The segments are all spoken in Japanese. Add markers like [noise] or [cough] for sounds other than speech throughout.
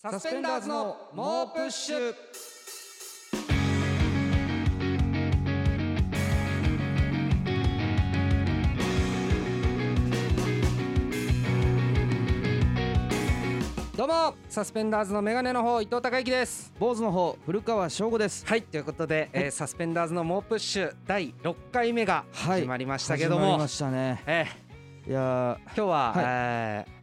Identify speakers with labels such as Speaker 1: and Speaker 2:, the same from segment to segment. Speaker 1: サスペンダーズの猛プッシュどうもサスペンダーズのメガネの方伊藤孝之です
Speaker 2: 坊主の方古川翔吾です
Speaker 1: はいということで、えーサスペンダーズの猛プッシュ第6回目が
Speaker 2: はい
Speaker 1: 始まりましたけども、
Speaker 2: 始まりましたね
Speaker 1: え
Speaker 2: いや
Speaker 1: ー今日は、
Speaker 2: はい
Speaker 1: えー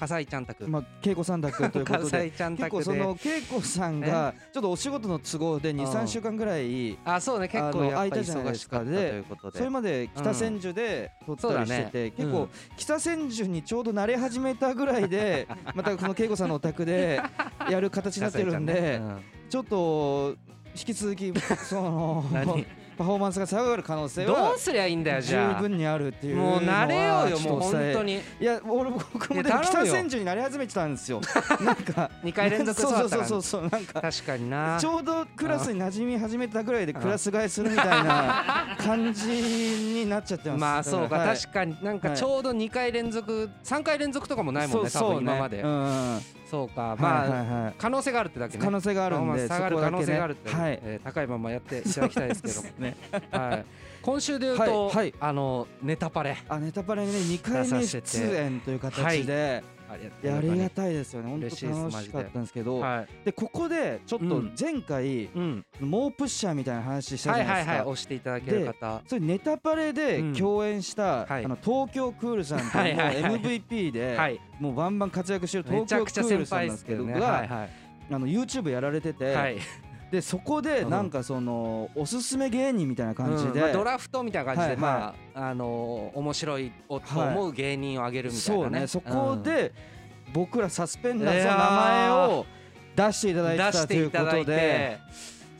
Speaker 1: 笠井ちゃん宅
Speaker 2: ーまあ恵子さん宅ということ
Speaker 1: 笠 [laughs]
Speaker 2: で
Speaker 1: 井ちゃん
Speaker 2: 結
Speaker 1: 宅
Speaker 2: 構
Speaker 1: で
Speaker 2: その恵子さんがちょっとお仕事の都合で
Speaker 1: う
Speaker 2: 二
Speaker 1: ん
Speaker 2: 三週間ぐらい
Speaker 1: あそうね結構やっ
Speaker 2: あの
Speaker 1: ぱ
Speaker 2: 空いたじゃない
Speaker 1: 忙
Speaker 2: で
Speaker 1: し
Speaker 2: す
Speaker 1: かっ
Speaker 2: か
Speaker 1: たということで
Speaker 2: それまで北千住で撮ったりしてて
Speaker 1: そうだね
Speaker 2: 結構北千住にちょうど慣れ始めたぐらい
Speaker 1: [laughs]
Speaker 2: でまたこの恵子さんのお宅でやる形になってる
Speaker 1: [laughs] 笠井
Speaker 2: ん
Speaker 1: ちゃ
Speaker 2: で
Speaker 1: んね
Speaker 2: ちょっと引き続きその
Speaker 1: うん [laughs] 何
Speaker 2: パフォーマンスが下がる可能性
Speaker 1: ど
Speaker 2: は
Speaker 1: うすりゃいいんだよじ
Speaker 2: 十
Speaker 1: ゃあ
Speaker 2: 分にあるっていうの
Speaker 1: もう
Speaker 2: は
Speaker 1: 慣れようよ
Speaker 2: ちょ
Speaker 1: も
Speaker 2: っ
Speaker 1: う本
Speaker 2: と抑え
Speaker 1: 当に
Speaker 2: いや俺僕も
Speaker 1: い
Speaker 2: で
Speaker 1: や頼む
Speaker 2: も北
Speaker 1: よ
Speaker 2: 千住になり始めてたんで
Speaker 1: [laughs]
Speaker 2: すよなんか
Speaker 1: 2回連続そうだったからね
Speaker 2: そうそうそうそうなんか
Speaker 1: 確かにな
Speaker 2: ちょうどクラスに馴染み始めたぐらいでクラス替えするみたいな感じになっちゃってます
Speaker 1: まあそうか、
Speaker 2: はい
Speaker 1: 確かになんか
Speaker 2: はい
Speaker 1: ちょうど2回連続3回連続とかもないもんね
Speaker 2: そうそう
Speaker 1: 多分今まで、
Speaker 2: うんうんうん
Speaker 1: そうかまあ、
Speaker 2: はいはいはい
Speaker 1: 可能性があるってだけね
Speaker 2: 可能性があるんで
Speaker 1: パフォーマンス下がる可能性があるっ
Speaker 2: そ
Speaker 1: て、
Speaker 2: こだけねはい
Speaker 1: えー高いままやっていただきたいですけども、
Speaker 2: ね
Speaker 1: はい、今週で言うと、
Speaker 2: はいはい
Speaker 1: あのネタパレ
Speaker 2: あネタバレね二回目出演という形で
Speaker 1: あり
Speaker 2: いやありが
Speaker 1: と
Speaker 2: たいですよね本
Speaker 1: 嬉しいです
Speaker 2: 当楽しかったんですけ
Speaker 1: う
Speaker 2: ど
Speaker 1: はい、
Speaker 2: でここでちょっと
Speaker 1: うん
Speaker 2: 前回
Speaker 1: うん、
Speaker 2: 猛プッシャーみたいな話した
Speaker 1: は
Speaker 2: じ
Speaker 1: い
Speaker 2: ゃ
Speaker 1: は
Speaker 2: ないで
Speaker 1: い
Speaker 2: す
Speaker 1: はい
Speaker 2: か
Speaker 1: 押していただける方
Speaker 2: それネタパレで
Speaker 1: うん
Speaker 2: 共演した、
Speaker 1: はい
Speaker 2: あの東京クールさんと
Speaker 1: はいはいはい
Speaker 2: もう MVP で、
Speaker 1: はい
Speaker 2: もうバンバン活躍してる
Speaker 1: め
Speaker 2: 東
Speaker 1: ちゃ
Speaker 2: 京
Speaker 1: く
Speaker 2: ク
Speaker 1: ちゃ
Speaker 2: ー
Speaker 1: 先
Speaker 2: ルさん
Speaker 1: 輩
Speaker 2: な
Speaker 1: で
Speaker 2: んですす
Speaker 1: け
Speaker 2: け
Speaker 1: ど
Speaker 2: ど、
Speaker 1: ね
Speaker 2: が、
Speaker 1: はいはい
Speaker 2: あの YouTube やられてて、
Speaker 1: はい
Speaker 2: でそこで
Speaker 1: うん
Speaker 2: なんかその、おすすめ芸人みたいな感じ
Speaker 1: うん
Speaker 2: で、
Speaker 1: まあ、ドラフトみたいな感じで、
Speaker 2: はいはい
Speaker 1: まああのー面白いおと思う芸人をあげるみたい
Speaker 2: そ
Speaker 1: な
Speaker 2: う
Speaker 1: ね、
Speaker 2: ねそこ
Speaker 1: うん
Speaker 2: で僕らサスペンダー
Speaker 1: い
Speaker 2: ズ
Speaker 1: や
Speaker 2: の
Speaker 1: ー
Speaker 2: 名前を出していただいて
Speaker 1: 出
Speaker 2: た
Speaker 1: し
Speaker 2: と
Speaker 1: て
Speaker 2: いう
Speaker 1: い
Speaker 2: こ
Speaker 1: ただ
Speaker 2: と
Speaker 1: い
Speaker 2: で
Speaker 1: て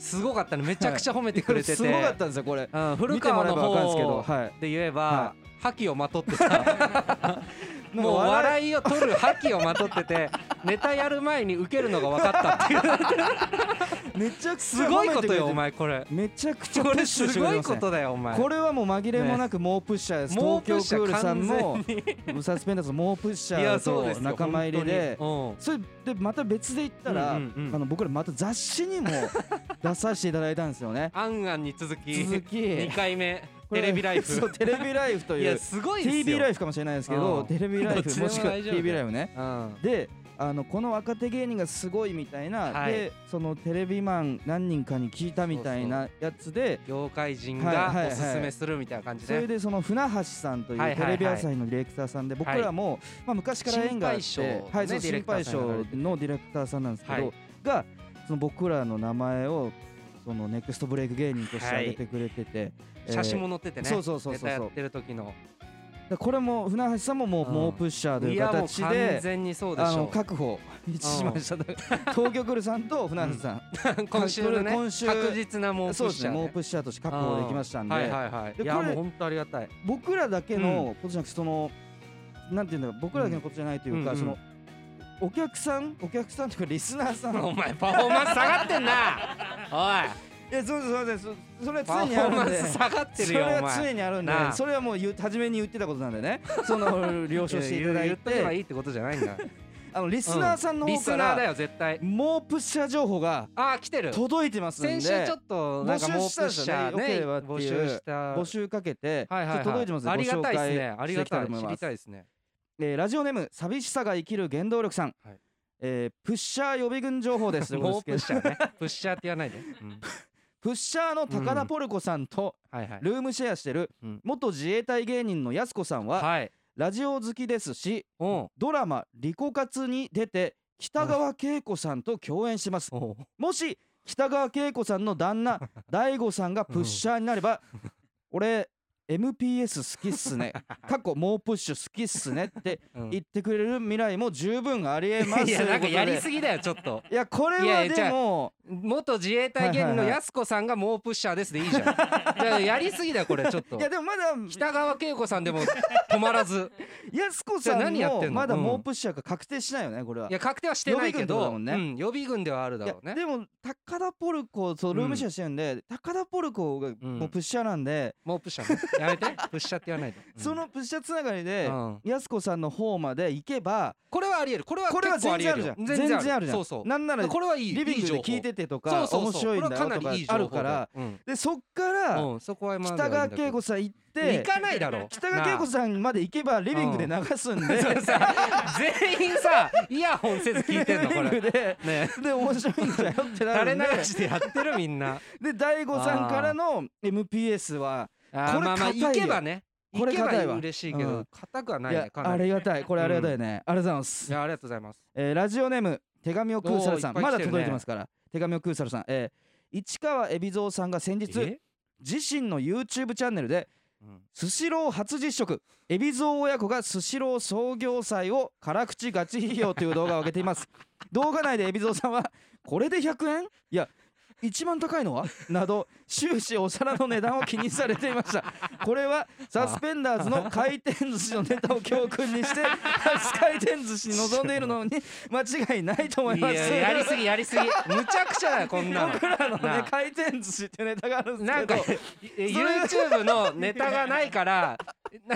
Speaker 1: すごかったねめちゃくちゃ褒めてくれてて
Speaker 2: すごかったんですよこれ
Speaker 1: うん、古
Speaker 2: 見て
Speaker 1: 川
Speaker 2: もらえ
Speaker 1: の
Speaker 2: ば分かるんですけ
Speaker 1: 方
Speaker 2: ど、はい、
Speaker 1: で言えば、
Speaker 2: は
Speaker 1: 覇気をまとって
Speaker 2: [laughs]
Speaker 1: たもう笑いを取る覇気をまとっててネタやる前に受けるのが分かったって
Speaker 2: [laughs]
Speaker 1: いう
Speaker 2: めちゃくちゃ
Speaker 1: すごい
Speaker 2: 褒めて
Speaker 1: こ
Speaker 2: くれ
Speaker 1: と
Speaker 2: て
Speaker 1: よお前これ
Speaker 2: めちゃくちゃ
Speaker 1: こ
Speaker 2: プ
Speaker 1: れ
Speaker 2: ッシュして
Speaker 1: す
Speaker 2: くれ
Speaker 1: ご
Speaker 2: て
Speaker 1: い
Speaker 2: ます
Speaker 1: こ
Speaker 2: ね
Speaker 1: とだよお前
Speaker 2: これはもう紛れもなく猛プッシャーです、
Speaker 1: 猛
Speaker 2: 東
Speaker 1: プッシ
Speaker 2: 京
Speaker 1: ャー
Speaker 2: クールさんも
Speaker 1: 完全に
Speaker 2: サスペンダーズの猛プッシ
Speaker 1: い
Speaker 2: ャ
Speaker 1: やそうで
Speaker 2: ー
Speaker 1: す
Speaker 2: と
Speaker 1: よ
Speaker 2: 仲間入りで
Speaker 1: 本
Speaker 2: それでまた別で言ったら、
Speaker 1: うんうんうん
Speaker 2: あの僕らまた雑
Speaker 1: [laughs]
Speaker 2: 誌にも出させていただいたんですよね
Speaker 1: 当にうん、あんあんに続き
Speaker 2: 続き
Speaker 1: [laughs] 2回目
Speaker 2: [laughs] こ
Speaker 1: テ
Speaker 2: れ
Speaker 1: レビライ
Speaker 2: そ
Speaker 1: フ
Speaker 2: うテレビライフと
Speaker 1: [laughs] い
Speaker 2: い
Speaker 1: や
Speaker 2: う
Speaker 1: すごいですよ
Speaker 2: TV ライフかもしれないですけ
Speaker 1: う
Speaker 2: ど
Speaker 1: ん
Speaker 2: テレビライ
Speaker 1: どっち
Speaker 2: フ
Speaker 1: でも
Speaker 2: もしくは
Speaker 1: 大丈夫だよ
Speaker 2: TV ライフね
Speaker 1: うん
Speaker 2: であのこの若手芸人がすごいみたいな、
Speaker 1: はい
Speaker 2: でそのテレビマン何人かに聞いたみたいなやつで
Speaker 1: 業界人
Speaker 2: はいはい
Speaker 1: が
Speaker 2: はい
Speaker 1: おすすめするみたいな感じ
Speaker 2: そ
Speaker 1: で、
Speaker 2: れでその船橋さんとい
Speaker 1: はいは
Speaker 2: う
Speaker 1: いは
Speaker 2: テ
Speaker 1: い
Speaker 2: レビ朝日のディレクターさんで僕らもまあ昔から縁があって
Speaker 1: 心配性
Speaker 2: は
Speaker 1: ね
Speaker 2: いそう
Speaker 1: ディレ
Speaker 2: 心
Speaker 1: クター
Speaker 2: 配
Speaker 1: さん
Speaker 2: 性
Speaker 1: やられてて
Speaker 2: のディレクターさんなんですけ
Speaker 1: は
Speaker 2: ど
Speaker 1: い
Speaker 2: がその僕らの名前をそのネクストブレイク芸人として挙げてくれててえー
Speaker 1: 写真も載っててね、
Speaker 2: そうそうそう
Speaker 1: ネ
Speaker 2: そ
Speaker 1: タ
Speaker 2: う
Speaker 1: や
Speaker 2: そ
Speaker 1: っ
Speaker 2: う
Speaker 1: てる時の
Speaker 2: だこれも船橋さんもも
Speaker 1: う
Speaker 2: うん猛プッシャーという
Speaker 1: やもう
Speaker 2: 形
Speaker 1: 完
Speaker 2: で
Speaker 1: 全にそうでし
Speaker 2: あの
Speaker 1: ょ
Speaker 2: 確保一致しました
Speaker 1: [laughs]
Speaker 2: 東京クルさんと船橋さん
Speaker 1: う [laughs] 今週のね
Speaker 2: 今週
Speaker 1: 確実なもう
Speaker 2: そうですね猛プッシャーとして確保できましたんで
Speaker 1: はいはいはい
Speaker 2: で
Speaker 1: いや
Speaker 2: これ
Speaker 1: もう本当ありがたい
Speaker 2: 僕らだけのことじゃなくてその、なんていうんだろう僕らだけのことじゃないというか、
Speaker 1: うんうん
Speaker 2: そのお客さんお客さんというかリスナーさん
Speaker 1: お前パフォーマンス下がって
Speaker 2: [laughs]
Speaker 1: んな
Speaker 2: いやそうそうそうそうそそれ
Speaker 1: おいパ
Speaker 2: は常
Speaker 1: フ
Speaker 2: にあ
Speaker 1: ォー
Speaker 2: る
Speaker 1: マ
Speaker 2: ん
Speaker 1: ン
Speaker 2: で
Speaker 1: ス下がって
Speaker 2: そ
Speaker 1: る
Speaker 2: れ
Speaker 1: よお
Speaker 2: は
Speaker 1: 前
Speaker 2: 常にあるんで
Speaker 1: なあ
Speaker 2: それはもう言う初めに言ってたことなんでねその了承していただ
Speaker 1: 言
Speaker 2: い
Speaker 1: っとけば
Speaker 2: て
Speaker 1: いいってことじゃないんだ
Speaker 2: あのリスナーさんの
Speaker 1: リ
Speaker 2: 方
Speaker 1: ス
Speaker 2: か
Speaker 1: ナーだ
Speaker 2: ら、
Speaker 1: よ絶対
Speaker 2: 猛プッシャー情報が
Speaker 1: あー来てる
Speaker 2: 届いてますんで
Speaker 1: 先週ちょっとなんかもうプ
Speaker 2: 募集した
Speaker 1: ッシャ
Speaker 2: んですよね
Speaker 1: ー
Speaker 2: よけ
Speaker 1: ね
Speaker 2: ればっていう
Speaker 1: 募集した
Speaker 2: 募集かけて、
Speaker 1: はいはい
Speaker 2: ちょっと
Speaker 1: は
Speaker 2: 届
Speaker 1: い
Speaker 2: いてますんで
Speaker 1: ありがたい
Speaker 2: ご紹
Speaker 1: です
Speaker 2: 介
Speaker 1: ねありがたい
Speaker 2: していきたいと思い
Speaker 1: 知
Speaker 2: ます
Speaker 1: りたいですね
Speaker 2: えーラジオネーム寂しさが生きる原動力さん、
Speaker 1: はい
Speaker 2: えープッシャー予備軍情報ですということ
Speaker 1: [laughs] も
Speaker 2: で
Speaker 1: う
Speaker 2: すけ
Speaker 1: プッシ
Speaker 2: ど
Speaker 1: ャーねプッシャーって言わないでうん
Speaker 2: プッシャーの高田ポルコさんと
Speaker 1: はいはい
Speaker 2: ルームシェアしてる
Speaker 1: うん
Speaker 2: 元自衛隊芸人のやす子さんは
Speaker 1: はい
Speaker 2: ラジオ好きですし
Speaker 1: うん
Speaker 2: ドラマ「リコカツ」に出て北川景子さんと共演します
Speaker 1: おう
Speaker 2: もし北川景子さんの旦
Speaker 1: [laughs]
Speaker 2: 那大悟さんがプッシャーになれば俺 MPS 好きっす
Speaker 1: [laughs]
Speaker 2: ね過去猛プッシュ好きっすねって
Speaker 1: うん
Speaker 2: 言ってくれる未来も十分ありえます
Speaker 1: いやなんかやり
Speaker 2: ということです
Speaker 1: ぎだよちょっと
Speaker 2: いやこれ
Speaker 1: いやい
Speaker 2: は
Speaker 1: やじゃあ
Speaker 2: でも
Speaker 1: 元自衛隊芸人のやす子さんが猛
Speaker 2: [laughs]
Speaker 1: プッシャーですでいいじゃんじゃあやりすぎだよこれちょっと
Speaker 2: いやでもまだ
Speaker 1: 北川景子さんでも止まらず
Speaker 2: やすこさ
Speaker 1: じゃあ
Speaker 2: ん
Speaker 1: 何やってん
Speaker 2: も
Speaker 1: の
Speaker 2: まだ
Speaker 1: うん
Speaker 2: 猛プッシャーが確定しないよねこれはい
Speaker 1: や確定はしてないけ
Speaker 2: 予備軍ってこと
Speaker 1: ど
Speaker 2: だもんね
Speaker 1: うん予備軍ではあるだろう
Speaker 2: いや
Speaker 1: ね
Speaker 2: でも高田ポルコそうルームシェアしてるんで、高田ポルコが
Speaker 1: ん
Speaker 2: もうプッシャーなんで、
Speaker 1: もうプッシャーね [laughs] やめてプッシャーって言わない
Speaker 2: [laughs]
Speaker 1: でうん
Speaker 2: そのプッシャーつながりで、
Speaker 1: うん
Speaker 2: やすこさんの方まで行けば
Speaker 1: これはありえるこれは
Speaker 2: これは
Speaker 1: 結構
Speaker 2: 全
Speaker 1: ありえる
Speaker 2: 然あるじ
Speaker 1: よ
Speaker 2: ゃん全然あるじゃん
Speaker 1: そうそう
Speaker 2: なんなら
Speaker 1: これはいい
Speaker 2: リビング
Speaker 1: い
Speaker 2: で
Speaker 1: い情報
Speaker 2: 聞いててとか面白い
Speaker 1: こ
Speaker 2: んだよ
Speaker 1: れは
Speaker 2: と
Speaker 1: かな
Speaker 2: か
Speaker 1: りいい情
Speaker 2: あ
Speaker 1: 報
Speaker 2: るから
Speaker 1: うん
Speaker 2: でそっから、
Speaker 1: うんそこはまだ
Speaker 2: 北川景子さん行って
Speaker 1: 行かないだろう
Speaker 2: 北川景子さんまで行けばリビングで流すんで、
Speaker 1: なあ [laughs] そうさ全員さイヤホンせず聞いてんのこ
Speaker 2: リビン
Speaker 1: れ
Speaker 2: グで
Speaker 1: ね
Speaker 2: で面白いんだよってな
Speaker 1: 垂れ
Speaker 2: るんで
Speaker 1: 流しでやってるみんな
Speaker 2: で大悟さんからの MPS は
Speaker 1: あー
Speaker 2: これ
Speaker 1: まあまあ
Speaker 2: 硬いよ
Speaker 1: 行けばね
Speaker 2: これ硬いわ
Speaker 1: 行けば嬉しいけ
Speaker 2: う
Speaker 1: ど
Speaker 2: ん
Speaker 1: 硬くはないい
Speaker 2: や
Speaker 1: ねかな
Speaker 2: あ
Speaker 1: り
Speaker 2: りがたいこれありがたいね、ありがとうございま
Speaker 1: い
Speaker 2: す、
Speaker 1: やありがとうございます
Speaker 2: えーラジオネーム手紙を食うサルさん
Speaker 1: おーいっ
Speaker 2: ま
Speaker 1: ぱい来て
Speaker 2: だ
Speaker 1: るね
Speaker 2: 届いてますから手紙を食うサルさん、えー市川海老蔵さんが先日
Speaker 1: え
Speaker 2: 自身の YouTube チャンネルで
Speaker 1: うん
Speaker 2: スシロー初実食海老蔵親子がスシロー創業祭を辛口ガチ批評という動画を上げています
Speaker 1: [laughs]
Speaker 2: 動画内で海老蔵さんはこれで100円いや一番高いのはなど終始お皿の値段を気にされていましたこれはサスペンダーズの回転寿司のネタを教訓にして初回転寿司に臨んでいるのに間違いないと思い
Speaker 1: い
Speaker 2: ます
Speaker 1: ややりすぎやりすぎむちゃくちゃだよこんなの
Speaker 2: 僕らの
Speaker 1: な
Speaker 2: ね
Speaker 1: あ
Speaker 2: 回転寿司ってネタがあるんです
Speaker 1: な
Speaker 2: け
Speaker 1: んか
Speaker 2: ど
Speaker 1: YouTube のネタがないから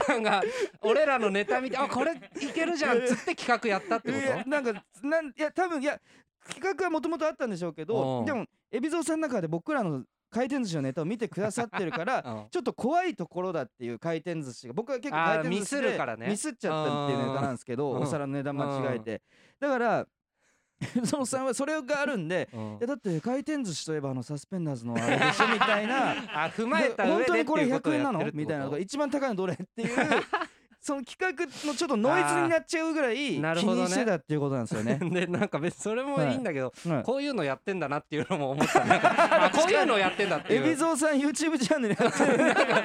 Speaker 1: なんか俺らのネタ見てあこれいけるじゃんっつって企画やったってこ
Speaker 2: いやなんかなんいや多分いや企画はもともとあったんでしょうけ
Speaker 1: う
Speaker 2: ど
Speaker 1: ん
Speaker 2: でも海老蔵さんの中で僕らの回転寿司のネタを見てくださってるから
Speaker 1: と
Speaker 2: [laughs] ちょっと怖いところだっていう回転寿司が僕は結構
Speaker 1: あー
Speaker 2: 回転寿司で
Speaker 1: ミスるからね
Speaker 2: ミスっちゃったっていうネタなんですけど
Speaker 1: うん
Speaker 2: お皿の値段間違えてだから海老蔵さんはそれがあるんで
Speaker 1: うん
Speaker 2: いやだって回転寿司といえばあのサスペンダーズのあれでしょみたいな
Speaker 1: あ踏まえた上で
Speaker 2: 本当にこれ
Speaker 1: っていうとを
Speaker 2: 100円
Speaker 1: や
Speaker 2: な
Speaker 1: って
Speaker 2: の
Speaker 1: るって
Speaker 2: み
Speaker 1: こと
Speaker 2: たいなのが一番高いのど
Speaker 1: [laughs]
Speaker 2: れっていうその企画のちょっとノイズになっちゃうぐらい気
Speaker 1: あーなるほどね。
Speaker 2: にしてたっていうことなんですよね
Speaker 1: [laughs] でなんか別にそれもいいんだけど、
Speaker 2: うん
Speaker 1: こういうのやってんだなっていうのも思ったなんかあこういうのやってんだってい
Speaker 2: 海老
Speaker 1: う
Speaker 2: 蔵さん YouTube チャンネルやってる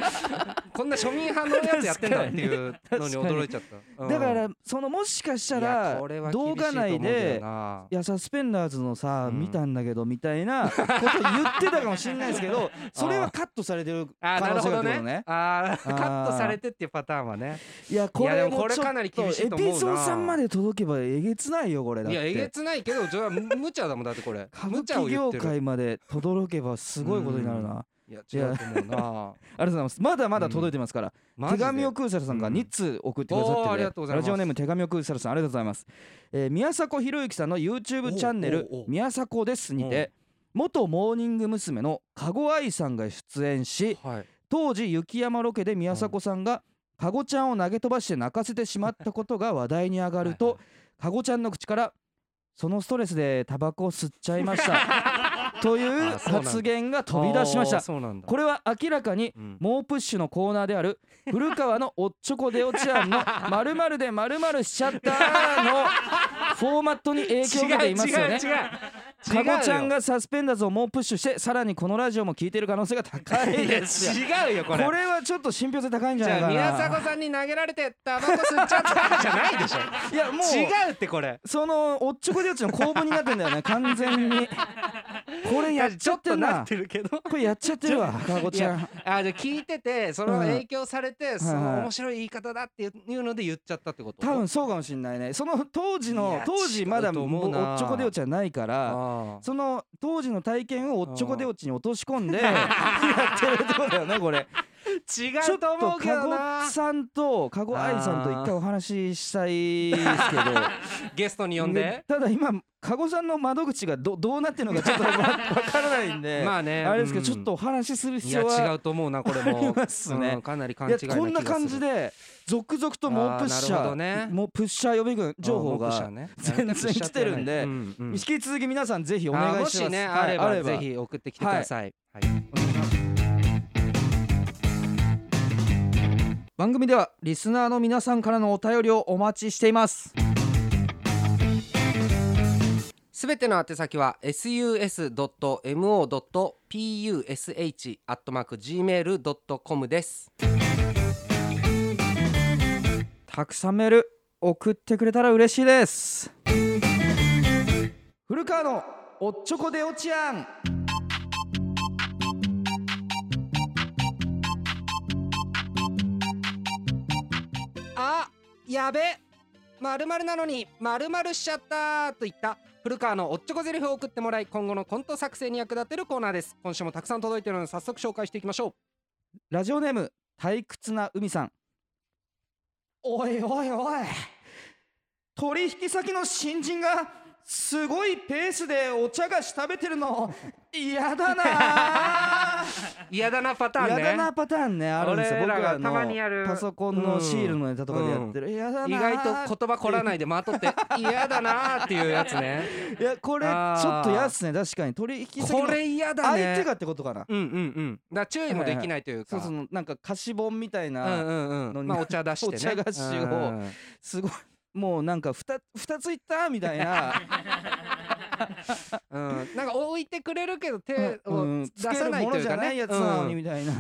Speaker 1: こんな庶民派のやつやってんだっていうのに驚いちゃった、うん
Speaker 2: だからそのもしかした
Speaker 1: いや
Speaker 2: ら
Speaker 1: これは厳しい
Speaker 2: 動画内
Speaker 1: と思うんだよ
Speaker 2: で
Speaker 1: ない
Speaker 2: やサスペンダーズのさ
Speaker 1: うん
Speaker 2: 見たんだけどみたいなこと言ってたかもしれないです
Speaker 1: [laughs]
Speaker 2: けどそれはカットされてる
Speaker 1: あ
Speaker 2: 可
Speaker 1: ーな
Speaker 2: 能
Speaker 1: る
Speaker 2: 性
Speaker 1: ほ
Speaker 2: が
Speaker 1: ど
Speaker 2: あるってこと
Speaker 1: ね
Speaker 2: ね。
Speaker 1: あー
Speaker 2: あー
Speaker 1: カットされてっていうパターンはね
Speaker 2: いやこ
Speaker 1: いや
Speaker 2: れ
Speaker 1: でも
Speaker 2: も
Speaker 1: これ
Speaker 2: ちょっ
Speaker 1: かなり厳しいと
Speaker 2: と
Speaker 1: 思うな
Speaker 2: 海老蔵さんまで届けばえげつないよこれだっ
Speaker 1: いやえげ
Speaker 2: て。
Speaker 1: つないけどじゃあ無茶だもんだってこれ
Speaker 2: [laughs] 歌舞
Speaker 1: 無茶を
Speaker 2: 伎
Speaker 1: 言っ
Speaker 2: 業
Speaker 1: てる
Speaker 2: 界まで届けばすごいことになるな。
Speaker 1: いや違うと思うな
Speaker 2: ありがとうございます。まだまだ届いてますから、
Speaker 1: マジ
Speaker 2: [laughs] 手
Speaker 1: で
Speaker 2: 紙をクーサルさんが
Speaker 1: うん
Speaker 2: 2通送ってくださって
Speaker 1: おーあり
Speaker 2: て
Speaker 1: がとうございま
Speaker 2: ラ
Speaker 1: す
Speaker 2: ジオネーム手紙をクーサルさんありがとうございます、えー宮迫博之さんの YouTube チャンネ
Speaker 1: お
Speaker 2: ル
Speaker 1: うおうおう
Speaker 2: 「宮迫です」にて元モーニング娘。の加護愛さんが出演し
Speaker 1: はい
Speaker 2: 当時雪山ロケで宮迫さんが加護ちゃんを投げ飛ばして泣かせてしまったことが話題に上がる
Speaker 1: はい
Speaker 2: と加護ちゃんの口から「そのストレスでタバコを吸っちゃいました」
Speaker 1: [laughs]
Speaker 2: という
Speaker 1: あそうなんだ
Speaker 2: 発言が飛び出しまし
Speaker 1: あー
Speaker 2: た。
Speaker 1: そうなんだ
Speaker 2: これは明らかに
Speaker 1: うん
Speaker 2: 猛プッシュのコーナーで
Speaker 1: [laughs]
Speaker 2: ある古川のおっちょこでおちゃんの「まるでまるしちゃった」のフォーマットに影響を受けていますよね
Speaker 1: 違う違う違う
Speaker 2: かごちゃ
Speaker 1: 違うんよ
Speaker 2: がサスペンダーズを猛プッシュしてさらにこのラジオも聞いてる可能性が高
Speaker 1: [laughs]
Speaker 2: いですよ
Speaker 1: いや違うよこ
Speaker 2: こ
Speaker 1: れ
Speaker 2: れはちょっと信憑性高いんじゃ
Speaker 1: じ
Speaker 2: ない
Speaker 1: ゃあ
Speaker 2: かな
Speaker 1: 宮迫さんに投げられてタバコ吸っちゃったじゃないでしょ
Speaker 2: いやもう
Speaker 1: 違うってこれ
Speaker 2: そのおっちょこでおちゃんの構文になってん
Speaker 1: [laughs]
Speaker 2: だよね完全にこれやっちゃってん
Speaker 1: な
Speaker 2: な
Speaker 1: ってるけど
Speaker 2: これやっちゃってるわかご
Speaker 1: い
Speaker 2: ちゃん
Speaker 1: やあじゃあ聞いててその影響されて、そ
Speaker 2: はい
Speaker 1: の
Speaker 2: はい
Speaker 1: 面白い言い方だっていうので言っちゃったってこと
Speaker 2: 多分そうかもしんないねその当時
Speaker 1: い
Speaker 2: の
Speaker 1: や
Speaker 2: 当時ま
Speaker 1: 違
Speaker 2: だ
Speaker 1: うと思
Speaker 2: も
Speaker 1: う
Speaker 2: う
Speaker 1: な
Speaker 2: おっちょこでおちゃんないから
Speaker 1: あ
Speaker 2: その当時の体験をおっちょこでおちに落とし込んでやってるってことだよねこれ
Speaker 1: ー [laughs] 違
Speaker 2: ちょ
Speaker 1: う
Speaker 2: っと
Speaker 1: と思うけ
Speaker 2: か
Speaker 1: ど
Speaker 2: ご
Speaker 1: な
Speaker 2: さんとかごあいさんと一回お話ししたいです
Speaker 1: ゲストに
Speaker 2: けど
Speaker 1: 呼んで
Speaker 2: ただ今かごさんの窓口がどどうなってるのかちょっとわわからないんで、
Speaker 1: [laughs] まあね
Speaker 2: あれですけどちょっと
Speaker 1: うん
Speaker 2: お話しする
Speaker 1: い
Speaker 2: 必
Speaker 1: や
Speaker 2: 要は
Speaker 1: 違うと思うなこれも
Speaker 2: ありますね
Speaker 1: うんかなり勘
Speaker 2: い
Speaker 1: 違いな気
Speaker 2: や
Speaker 1: がする
Speaker 2: こんな感じで続々と猛プッシ
Speaker 1: あーなるほ
Speaker 2: ャー
Speaker 1: どね
Speaker 2: もうプッシャー予備軍情報
Speaker 1: うんもうプッシャー
Speaker 2: が
Speaker 1: ね
Speaker 2: 全然来てるんで
Speaker 1: ううん
Speaker 2: 引き続き皆さんぜひお願いします。
Speaker 1: あもしね、
Speaker 2: はい
Speaker 1: あればぜひ送ってきてください。はい
Speaker 2: 番組ではリスナーの皆さんからのお便りをお待ちしています
Speaker 1: すべての宛先は sus.mo.push.gmail.com です。
Speaker 2: たくさんメール送ってくれたら嬉しいです古川のおっちょこでおちやん
Speaker 1: やべまるなのにまるしちゃったといった古川のおっちょこゼリフを送ってもらい今後のコント作成に役立てるコーナーです今週もたくさん届いているので早速紹介していきましょう
Speaker 2: ラジオネーム退屈な海さんおいおいおい取引先の新人がすごいペースでお茶菓子食べてるの嫌
Speaker 1: [laughs]
Speaker 2: だなあ
Speaker 1: 嫌だなパターン
Speaker 2: 嫌
Speaker 1: ね
Speaker 2: だなパターンねあるんですよ
Speaker 1: 俺らが
Speaker 2: 僕らの
Speaker 1: たまにやる
Speaker 2: パソコンのシールのネタとかでやってる、嫌だな
Speaker 1: 意外と言葉凝らないで回っとって嫌だなーっていうやつね
Speaker 2: いやこれち
Speaker 1: あー
Speaker 2: ょっと嫌っすね確かに取引先
Speaker 1: こ
Speaker 2: の
Speaker 1: れ嫌だね
Speaker 2: 相手がってことかな、
Speaker 1: うんうんうんだから注意もできないというか、
Speaker 2: そうそのなんか貸し本みたい
Speaker 1: うん
Speaker 2: な
Speaker 1: うんう
Speaker 2: の
Speaker 1: ん
Speaker 2: に
Speaker 1: まあお茶出してね
Speaker 2: お茶菓子を
Speaker 1: うん
Speaker 2: すごいもうなんかふた二ついったみた
Speaker 1: [laughs]
Speaker 2: いな
Speaker 1: うん、なんか置いてくれるけど手
Speaker 2: う
Speaker 1: を
Speaker 2: ん
Speaker 1: 出さないという
Speaker 2: つけるものじゃ
Speaker 1: か
Speaker 2: ない
Speaker 1: ね
Speaker 2: やつなの
Speaker 1: う
Speaker 2: に
Speaker 1: ん
Speaker 2: みたいな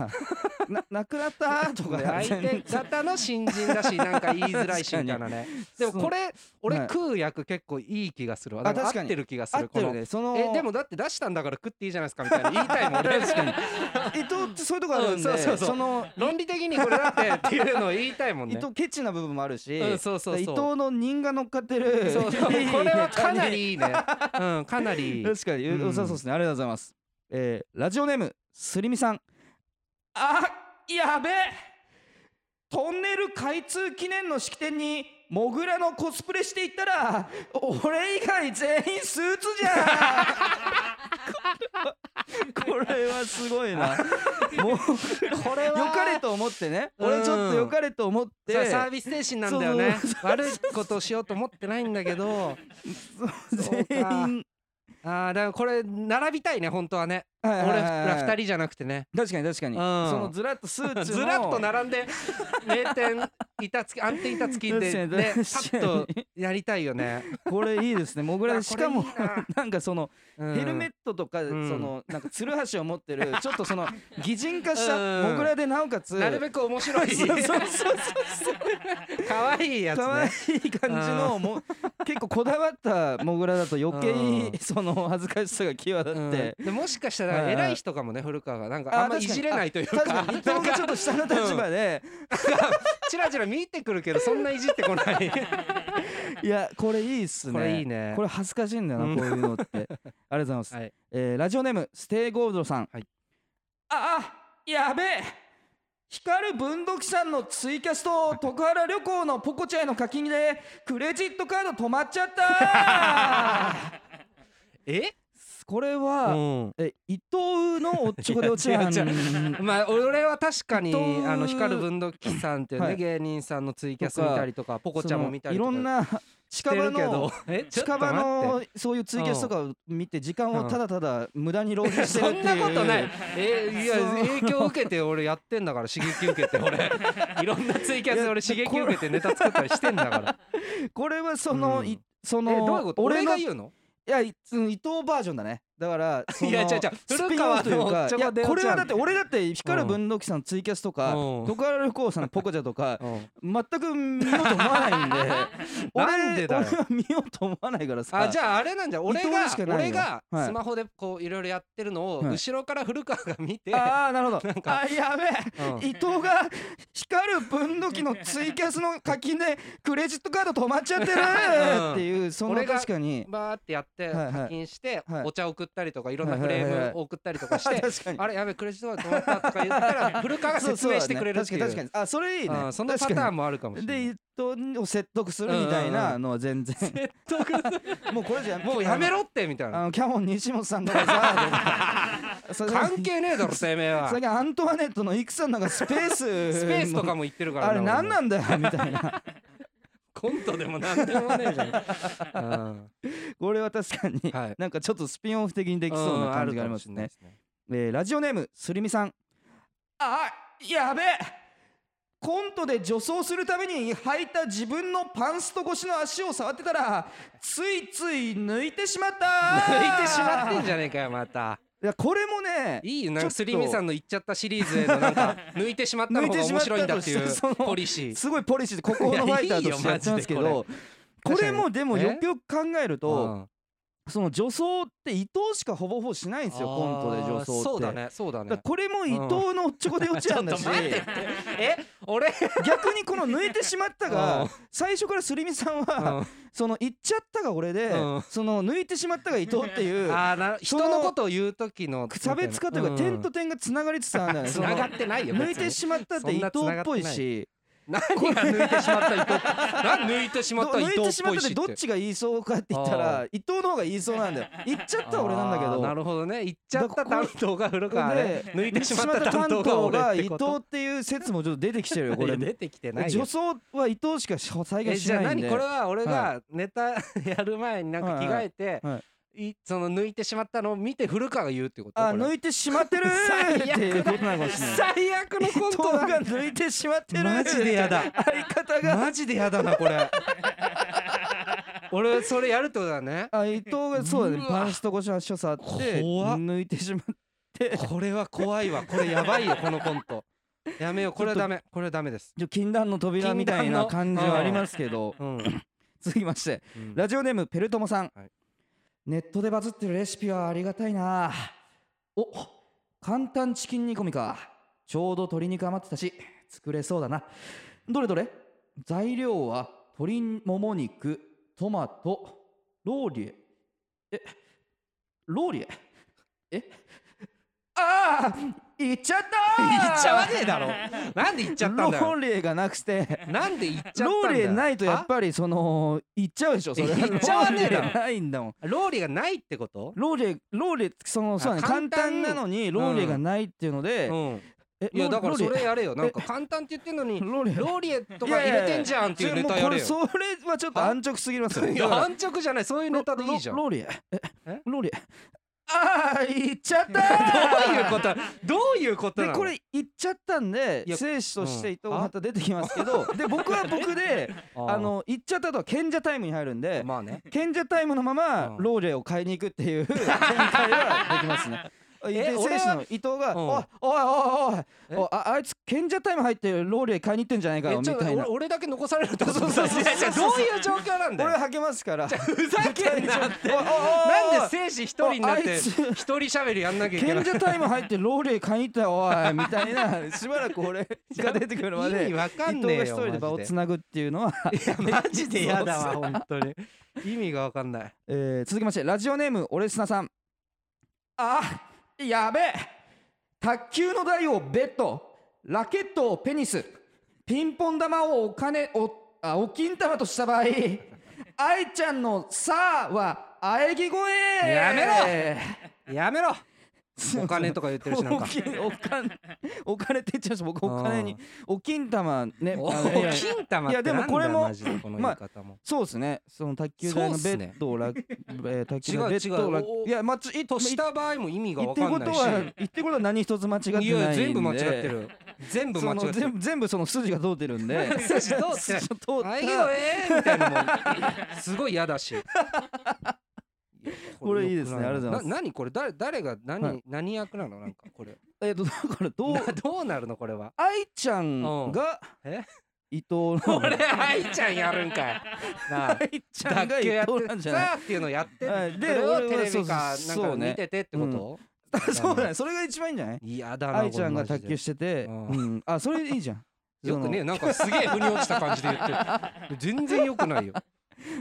Speaker 2: ななくなったとか
Speaker 1: で
Speaker 2: や
Speaker 1: 相手方の新人だしなんか言いづらいしみたいなねでもこれ俺
Speaker 2: はい
Speaker 1: 食う役結構いい気がするわ
Speaker 2: あ
Speaker 1: なんか
Speaker 2: 確か
Speaker 1: 合っ
Speaker 2: に
Speaker 1: てる気がす
Speaker 2: 合
Speaker 1: る
Speaker 2: ってる
Speaker 1: この
Speaker 2: ねその
Speaker 1: えでもだって出したんだから食っていいじゃないですかみたいな言いたいもん俺
Speaker 2: 確かに伊藤ってそういうとこあるんで、
Speaker 1: うんそうそうそう
Speaker 2: の
Speaker 1: 論理的にこれだってっていうのを言いたいもん
Speaker 2: 伊
Speaker 1: ね
Speaker 2: 藤ケチな部分もあるし、
Speaker 1: うんそうそうそう
Speaker 2: 伊藤の人が乗っかってる
Speaker 1: そう
Speaker 2: [laughs]
Speaker 1: そうこ
Speaker 2: いい
Speaker 1: れはかな
Speaker 2: 感じ
Speaker 1: りいいねうんかなりいい
Speaker 2: 確かに
Speaker 1: うん
Speaker 2: 良さそうですね、ありがとうございます、えー、ラジオネームすりみさんあやべえトンネル開通記念の式典にモグラのコスプレしていったら俺以外全員スーツじゃ
Speaker 1: [laughs]
Speaker 2: んこれはこれはすごいなもう
Speaker 1: これ
Speaker 2: 良かれと思ってね俺ちょっと良かれと思って
Speaker 1: そうサービス精神なんだよね
Speaker 2: そう
Speaker 1: 悪いことをしようと思ってないんだけどそう
Speaker 2: 全
Speaker 1: か
Speaker 2: 員
Speaker 1: ああだからこれ並びたいね本当はね
Speaker 2: 俺
Speaker 1: 俺ら2人じゃなくてね
Speaker 2: 確かに確かに、
Speaker 1: うん
Speaker 2: そのずらっとスーツの
Speaker 1: [laughs] ずらっと並んで名店板付き安定板付きで
Speaker 2: 確か
Speaker 1: で
Speaker 2: に
Speaker 1: パ
Speaker 2: 確か
Speaker 1: ッ
Speaker 2: に
Speaker 1: とやりたいよね。
Speaker 2: これいいですねモグ
Speaker 1: あこ
Speaker 2: ラ
Speaker 1: れ
Speaker 2: しかも
Speaker 1: いいな
Speaker 2: [laughs] なんかそのヘルメッ
Speaker 1: ト
Speaker 2: トとかそ
Speaker 1: ん
Speaker 2: のなんかつるはしを持っ
Speaker 1: [laughs]
Speaker 2: てるちょっとその擬人化した
Speaker 1: うん
Speaker 2: モグラでなおかつ
Speaker 1: なるべく面白い
Speaker 2: そうそうそうそう
Speaker 1: 可愛いやつ
Speaker 2: 可愛
Speaker 1: ね。
Speaker 2: い感じのもう結構こだわったモグラだと余
Speaker 1: う
Speaker 2: 計
Speaker 1: ん
Speaker 2: その恥ずかしさが際立
Speaker 1: うん
Speaker 2: って
Speaker 1: でもしかしたら偉い人かもね古川がなんかあんまいじれないという
Speaker 2: 確か
Speaker 1: か
Speaker 2: に伊藤がちょっと下の立場で
Speaker 1: [laughs] チラチラ見てくるけどそんないじってこない
Speaker 2: [laughs] いやこれいいっすね
Speaker 1: これいいね
Speaker 2: これ恥ずかしいんだよなこういうのって
Speaker 1: [laughs]
Speaker 2: ありがとうございます
Speaker 1: はい
Speaker 2: えーラジオネームステイゴールドさん、
Speaker 1: はい
Speaker 2: ああやべえ光る文読さんのツイキャスと徳原旅行のポコチャへの課金でクレジットカード止まっちゃった
Speaker 1: [laughs] え
Speaker 2: これは、
Speaker 1: うん
Speaker 2: え伊藤のおっちょこでおちゃん
Speaker 1: いや違う
Speaker 2: [laughs]
Speaker 1: まあ俺は確かに
Speaker 2: 伊藤
Speaker 1: あの光る文土器さんっていうね、
Speaker 2: はい
Speaker 1: 芸人さんのツイキャス見たりとかポコちゃんも見たり
Speaker 2: い
Speaker 1: とか
Speaker 2: ろんな近
Speaker 1: して
Speaker 2: 場
Speaker 1: るけど
Speaker 2: の
Speaker 1: えちょっと
Speaker 2: 近場
Speaker 1: 待って
Speaker 2: のそういうツイキャスとかを見て時間をただただ無駄に浪費してる
Speaker 1: そ
Speaker 2: ってい
Speaker 1: ん
Speaker 2: う
Speaker 1: なことない。えいや
Speaker 2: そう
Speaker 1: 影響受けて俺やってんだから刺激受けて俺 [laughs] いろんなツイキャスで俺刺激受けてネタ作ったりしてんだ
Speaker 2: [laughs]
Speaker 1: から。
Speaker 2: これはその、
Speaker 1: うん
Speaker 2: いそ
Speaker 1: え
Speaker 2: の
Speaker 1: どういうこと？俺
Speaker 2: 俺
Speaker 1: が
Speaker 2: の
Speaker 1: 言うの？
Speaker 2: いやいうん伊藤バージョンだねだからその
Speaker 1: いや違う違う
Speaker 2: スピンオフという
Speaker 1: 古川のお
Speaker 2: か
Speaker 1: っちょ
Speaker 2: い
Speaker 1: こ
Speaker 2: や
Speaker 1: でおちゃん
Speaker 2: これはだって俺だって光る文土器さんのツイキャスとか
Speaker 1: うん
Speaker 2: 徳原旅行さんのポコチャとか
Speaker 1: うん
Speaker 2: 全く見ようと思わないんで
Speaker 1: [laughs]
Speaker 2: 俺
Speaker 1: なんでだよ
Speaker 2: 俺は見ようと思わないからさ
Speaker 1: あじゃああれなんじゃ俺
Speaker 2: 伊
Speaker 1: が
Speaker 2: 藤しかないよ
Speaker 1: 俺が
Speaker 2: はい
Speaker 1: スマホでこういろいろやってるのを
Speaker 2: はい
Speaker 1: 後ろから古川が見て、
Speaker 2: ああーなるほど
Speaker 1: なんか
Speaker 2: あやべえ、
Speaker 1: うん
Speaker 2: 伊藤が光る文土器のツイキャスの課金でクレジットカード止まっちゃってる
Speaker 1: ん
Speaker 2: っていうその
Speaker 1: 俺が
Speaker 2: 確かに
Speaker 1: バーってやって
Speaker 2: はいはい
Speaker 1: 課金して
Speaker 2: はい
Speaker 1: お茶送ったりとかいろんな
Speaker 2: はい
Speaker 1: フ
Speaker 2: はい
Speaker 1: レ
Speaker 2: はいはい
Speaker 1: ーム送ったりとかして。
Speaker 2: [laughs] 確かに
Speaker 1: あれやべクレジットカード止まったとか言ったら古川が説明してくれるっていう
Speaker 2: そうそうだね確かに確かにあそれいいね
Speaker 1: うんそのパ
Speaker 2: 確
Speaker 1: タ
Speaker 2: かに
Speaker 1: ーンもあるかもしれない
Speaker 2: で伊藤を説得するみたいなのは全然もうこれじゃ
Speaker 1: もうやめろってみたい
Speaker 2: あのあ
Speaker 1: な
Speaker 2: のキャモン西本さんとかさ
Speaker 1: [laughs]
Speaker 2: それ
Speaker 1: 関係ねえだろてめえ
Speaker 2: [laughs]
Speaker 1: は
Speaker 2: 最近アントワネットのイクさんなんかスペース
Speaker 1: スペースとかも言ってるから
Speaker 2: あれ何なんんだよみたいな
Speaker 1: コントでも何でもねえじ
Speaker 2: [laughs]
Speaker 1: ゃんうん
Speaker 2: これは確かに
Speaker 1: はい
Speaker 2: なんかちょっとスピンオフ的にできそうな感じがあります
Speaker 1: うんるかもしれない
Speaker 2: ね
Speaker 1: です [laughs]
Speaker 2: えーラジオネームすりみさんあやべえコントで女装するために履いた自分のパンスト越しの足を触ってたらついつい抜いてしまった
Speaker 1: 抜いてしまってんじゃねえかよ
Speaker 2: [laughs]
Speaker 1: また
Speaker 2: いやこれもね
Speaker 1: いいよなんか
Speaker 2: ちょ
Speaker 1: す
Speaker 2: っと
Speaker 1: りみさんの言っちゃったシリーズへのなんか抜いてしまったの方が面白いんだってい
Speaker 2: [laughs] 抜
Speaker 1: [laughs]
Speaker 2: いて
Speaker 1: う
Speaker 2: しまったとしてその
Speaker 1: ポリシー
Speaker 2: すごいポリシーでここのファイターとしてやってますけ
Speaker 1: いやいいよ
Speaker 2: どこれもでもよくよく考える
Speaker 1: う
Speaker 2: と
Speaker 1: ん
Speaker 2: その女装って伊藤しかほぼほぼしないんですよコントで女装って
Speaker 1: そうだねそうだ
Speaker 2: だから
Speaker 1: ね
Speaker 2: これも伊藤のおっちょこで落ちなんだし
Speaker 1: ちょっと待ってえ俺
Speaker 2: 逆にこの抜いてしまった
Speaker 1: うん
Speaker 2: が最初からすりみさんは
Speaker 1: [laughs] あ
Speaker 2: その言っちゃったが俺で
Speaker 1: うん
Speaker 2: その抜いてしまったが伊藤っていう
Speaker 1: あな
Speaker 2: そ
Speaker 1: 人
Speaker 2: の
Speaker 1: のことを言う時の
Speaker 2: 差別化というか点と点がつながりつつあるんだよね
Speaker 1: つ
Speaker 2: その
Speaker 1: ながってないよ
Speaker 2: 抜い
Speaker 1: 別
Speaker 2: て
Speaker 1: に
Speaker 2: しまったって伊藤っぽいし
Speaker 1: 何が抜いてしまった伊藤何抜いてしまった伊
Speaker 2: 抜い
Speaker 1: 藤って
Speaker 2: しまったってどっ
Speaker 1: ち
Speaker 2: ちが言いそうかって言った
Speaker 1: あ
Speaker 2: ら伊藤の方が言いそうなんだよ言っちゃったら俺なんだけど
Speaker 1: なるほどね言っちゃった担当が古川ね
Speaker 2: で
Speaker 1: 抜いてしまった担当が
Speaker 2: 抜いてしまった担当が
Speaker 1: 俺っ
Speaker 2: 伊
Speaker 1: て
Speaker 2: 藤
Speaker 1: こ
Speaker 2: っ
Speaker 1: と
Speaker 2: ていう説もちょっと出てきてるよこ
Speaker 1: [laughs] いや
Speaker 2: れ
Speaker 1: 出てきてないよ
Speaker 2: 女装は伊藤しか再
Speaker 1: え
Speaker 2: 現し
Speaker 1: じゃあ
Speaker 2: ない
Speaker 1: 何
Speaker 2: んで
Speaker 1: これは俺がネタ [laughs] やる前になんか着替えて
Speaker 2: はいはい
Speaker 1: いその抜いてしまったのを見て古川が言うってこと
Speaker 2: あ
Speaker 1: これ
Speaker 2: 抜いてしまってる
Speaker 1: 最悪
Speaker 2: ー
Speaker 1: だ
Speaker 2: っていうことなのかもしれない
Speaker 1: 最悪のコン
Speaker 2: 伊
Speaker 1: トだ
Speaker 2: [laughs] 藤が抜いてしまってる
Speaker 1: マジでやだ
Speaker 2: 相方が
Speaker 1: マジでやだなこれ俺それやるってことだ
Speaker 2: [laughs]
Speaker 1: ね
Speaker 2: あ伊藤がそうだね
Speaker 1: うわ
Speaker 2: パンスとごしょしょさって
Speaker 1: 怖っ
Speaker 2: 抜いてしまって
Speaker 1: これは怖いわこれやばいよこのコントやめようこれはダメこれはダメです
Speaker 2: ちょ禁断の扉みたいな感じはあります [laughs] けど
Speaker 1: うん、
Speaker 2: 続きましてラジオネームペルトモさん、
Speaker 1: はい
Speaker 2: ネットでバズってるレシピはありがたいなお簡単チキン煮込みかちょうど鶏肉余ってたし作れそうだなどれどれ材料は鶏もも肉トマトローリエえローリエえああいっちゃ
Speaker 1: [laughs]
Speaker 2: ったー
Speaker 1: 言っちゃわねえだろ [laughs] なんで言っちゃったんだ
Speaker 2: ロー
Speaker 1: よ
Speaker 2: リエがなくて
Speaker 1: なんで言っちゃったんだよ
Speaker 2: ローリエないとやっぱりその行っちゃうでしょそれ
Speaker 1: [laughs]
Speaker 2: は
Speaker 1: 行っちゃわねえだろ
Speaker 2: ローリエないんだもん
Speaker 1: あローリがないってこと
Speaker 2: ローリエローリエそのそうだね
Speaker 1: あ
Speaker 2: 簡
Speaker 1: 簡単
Speaker 2: 単なのにローリエがないっていうので、
Speaker 1: うん
Speaker 2: え
Speaker 1: いやだからそれ
Speaker 2: ロ
Speaker 1: やれよなんか簡単って言ってんのに
Speaker 2: ーリエローリ
Speaker 1: ロ
Speaker 2: エ
Speaker 1: ーリエとか入れてんじゃんっていうネタやれよ
Speaker 2: ちょもうこれそれはちょっと安直すぎますよ
Speaker 1: い
Speaker 2: だか
Speaker 1: や
Speaker 2: ら
Speaker 1: 安直じゃないそういうネタでいいじゃんど
Speaker 2: ロローリエえ
Speaker 1: え
Speaker 2: ローリエああ行っちゃった
Speaker 1: ういう
Speaker 2: ー
Speaker 1: ことどういうことな
Speaker 2: で
Speaker 1: の
Speaker 2: これ行っちゃったんで
Speaker 1: いや
Speaker 2: 精子として伊
Speaker 1: う
Speaker 2: 藤
Speaker 1: んあ
Speaker 2: また出てきます
Speaker 1: [laughs]
Speaker 2: けどで僕は僕であの行っちゃったとは賢者タイムに入るんで
Speaker 1: まあね
Speaker 2: 賢者タイムのまま
Speaker 1: うん
Speaker 2: ローレを買いに行くっていう [laughs] 展開はできます
Speaker 1: [laughs]
Speaker 2: ね。で
Speaker 1: 俺
Speaker 2: 選
Speaker 1: は
Speaker 2: 手の伊藤が「
Speaker 1: うん
Speaker 2: おいおいおいおい
Speaker 1: え
Speaker 2: おいああいつ賢者タイム入ってローレ買いに行ってんじゃないかよ」
Speaker 1: え
Speaker 2: み
Speaker 1: ちょっと
Speaker 2: たい
Speaker 1: 俺
Speaker 2: な「
Speaker 1: 俺だけ残されるってこと
Speaker 2: そうそうそう
Speaker 1: いやいやどういう状況なんだ
Speaker 2: 俺
Speaker 1: よ
Speaker 2: ははけますか
Speaker 1: [laughs]
Speaker 2: ら」
Speaker 1: ふざけんなって
Speaker 2: [laughs] おいおいおいおい
Speaker 1: なんで精子一人になっ
Speaker 2: あ
Speaker 1: て
Speaker 2: い
Speaker 1: 一
Speaker 2: つ
Speaker 1: 人喋りやんなきゃいけな
Speaker 2: 賢
Speaker 1: い
Speaker 2: 者タイム入ってローレ買いに行ったよおい」みたいなしばらく俺が出てくるま
Speaker 1: [laughs] 意味
Speaker 2: で
Speaker 1: わか
Speaker 2: 伊
Speaker 1: ん
Speaker 2: 藤
Speaker 1: ねえ
Speaker 2: が
Speaker 1: よ
Speaker 2: 一人で場を
Speaker 1: マジ
Speaker 2: つなぐっていうのは
Speaker 1: いやマジでやだわ本当に意味がわかんない
Speaker 2: えー続きましてラジオネームオレスナさんあやべえ卓球の台をベッドラケットをペニスピンポン玉をお金おあお金玉とした場合愛ちゃんの「さあ」は喘ぎ声
Speaker 1: やめ
Speaker 2: ろ
Speaker 1: や
Speaker 2: [laughs]
Speaker 1: めろお金とか言ってるしなん
Speaker 2: お
Speaker 1: か
Speaker 2: 金お金お金って言っちゃいました僕お金に
Speaker 1: うん
Speaker 2: お金玉ね
Speaker 1: お
Speaker 2: あのいやいや
Speaker 1: 金玉
Speaker 2: い
Speaker 1: っ
Speaker 2: や
Speaker 1: て
Speaker 2: で
Speaker 1: な
Speaker 2: も
Speaker 1: んだ
Speaker 2: これも
Speaker 1: マジでこの言い方も
Speaker 2: そうですねその卓球台のベッドを
Speaker 1: [laughs]
Speaker 2: ラ、えー卓球台のベッドをラ
Speaker 1: 違う違うお
Speaker 2: いやまつい
Speaker 1: とした場合も意味が
Speaker 2: 言
Speaker 1: わ
Speaker 2: ってる
Speaker 1: か
Speaker 2: こ
Speaker 1: んな
Speaker 2: と
Speaker 1: い
Speaker 2: は
Speaker 1: し
Speaker 2: 言ってることは何一つ間違ってないんで
Speaker 1: いや全部間違ってる全部間違
Speaker 2: その
Speaker 1: ってる
Speaker 2: 全部全部その筋が通ってる
Speaker 1: [laughs]
Speaker 2: んで
Speaker 1: 筋通ってない
Speaker 2: 通 [laughs]
Speaker 1: あ
Speaker 2: っ
Speaker 1: いい
Speaker 2: た
Speaker 1: よえーみたいなのもすごい嫌だし。いや
Speaker 2: これいいです
Speaker 1: 良
Speaker 2: ね
Speaker 1: くな
Speaker 2: ありがとうございます
Speaker 1: な何これ誰誰が何、
Speaker 2: はい
Speaker 1: 何役なのなんかこれ。
Speaker 2: えっとだからどう
Speaker 1: などうなるのこれは。
Speaker 2: 愛ちゃんが
Speaker 1: うんえ
Speaker 2: 伊藤
Speaker 1: [laughs]
Speaker 2: の
Speaker 1: 俺愛ちゃんやるんかい。なあ
Speaker 2: 愛ちゃんが
Speaker 1: 卓
Speaker 2: 伊
Speaker 1: 球やって
Speaker 2: 藤なん
Speaker 1: る
Speaker 2: じゃない
Speaker 1: さあっていうのやってる、
Speaker 2: はいで
Speaker 1: でそれを
Speaker 2: 俺は
Speaker 1: テレビか
Speaker 2: そう
Speaker 1: な
Speaker 2: そ
Speaker 1: ん
Speaker 2: う
Speaker 1: か
Speaker 2: ね
Speaker 1: 見ててってこと [laughs]
Speaker 2: そうだね [laughs] それが一番いいんじゃない
Speaker 1: 嫌だな
Speaker 2: 愛ちゃんが
Speaker 1: これマ
Speaker 2: 卓
Speaker 1: ジで
Speaker 2: 球してて
Speaker 1: うん
Speaker 2: うんあそれいいじゃん
Speaker 1: [laughs] よくねえなんかすげえ腑に落ちた感じで言ってる全然よくないよ
Speaker 2: ありが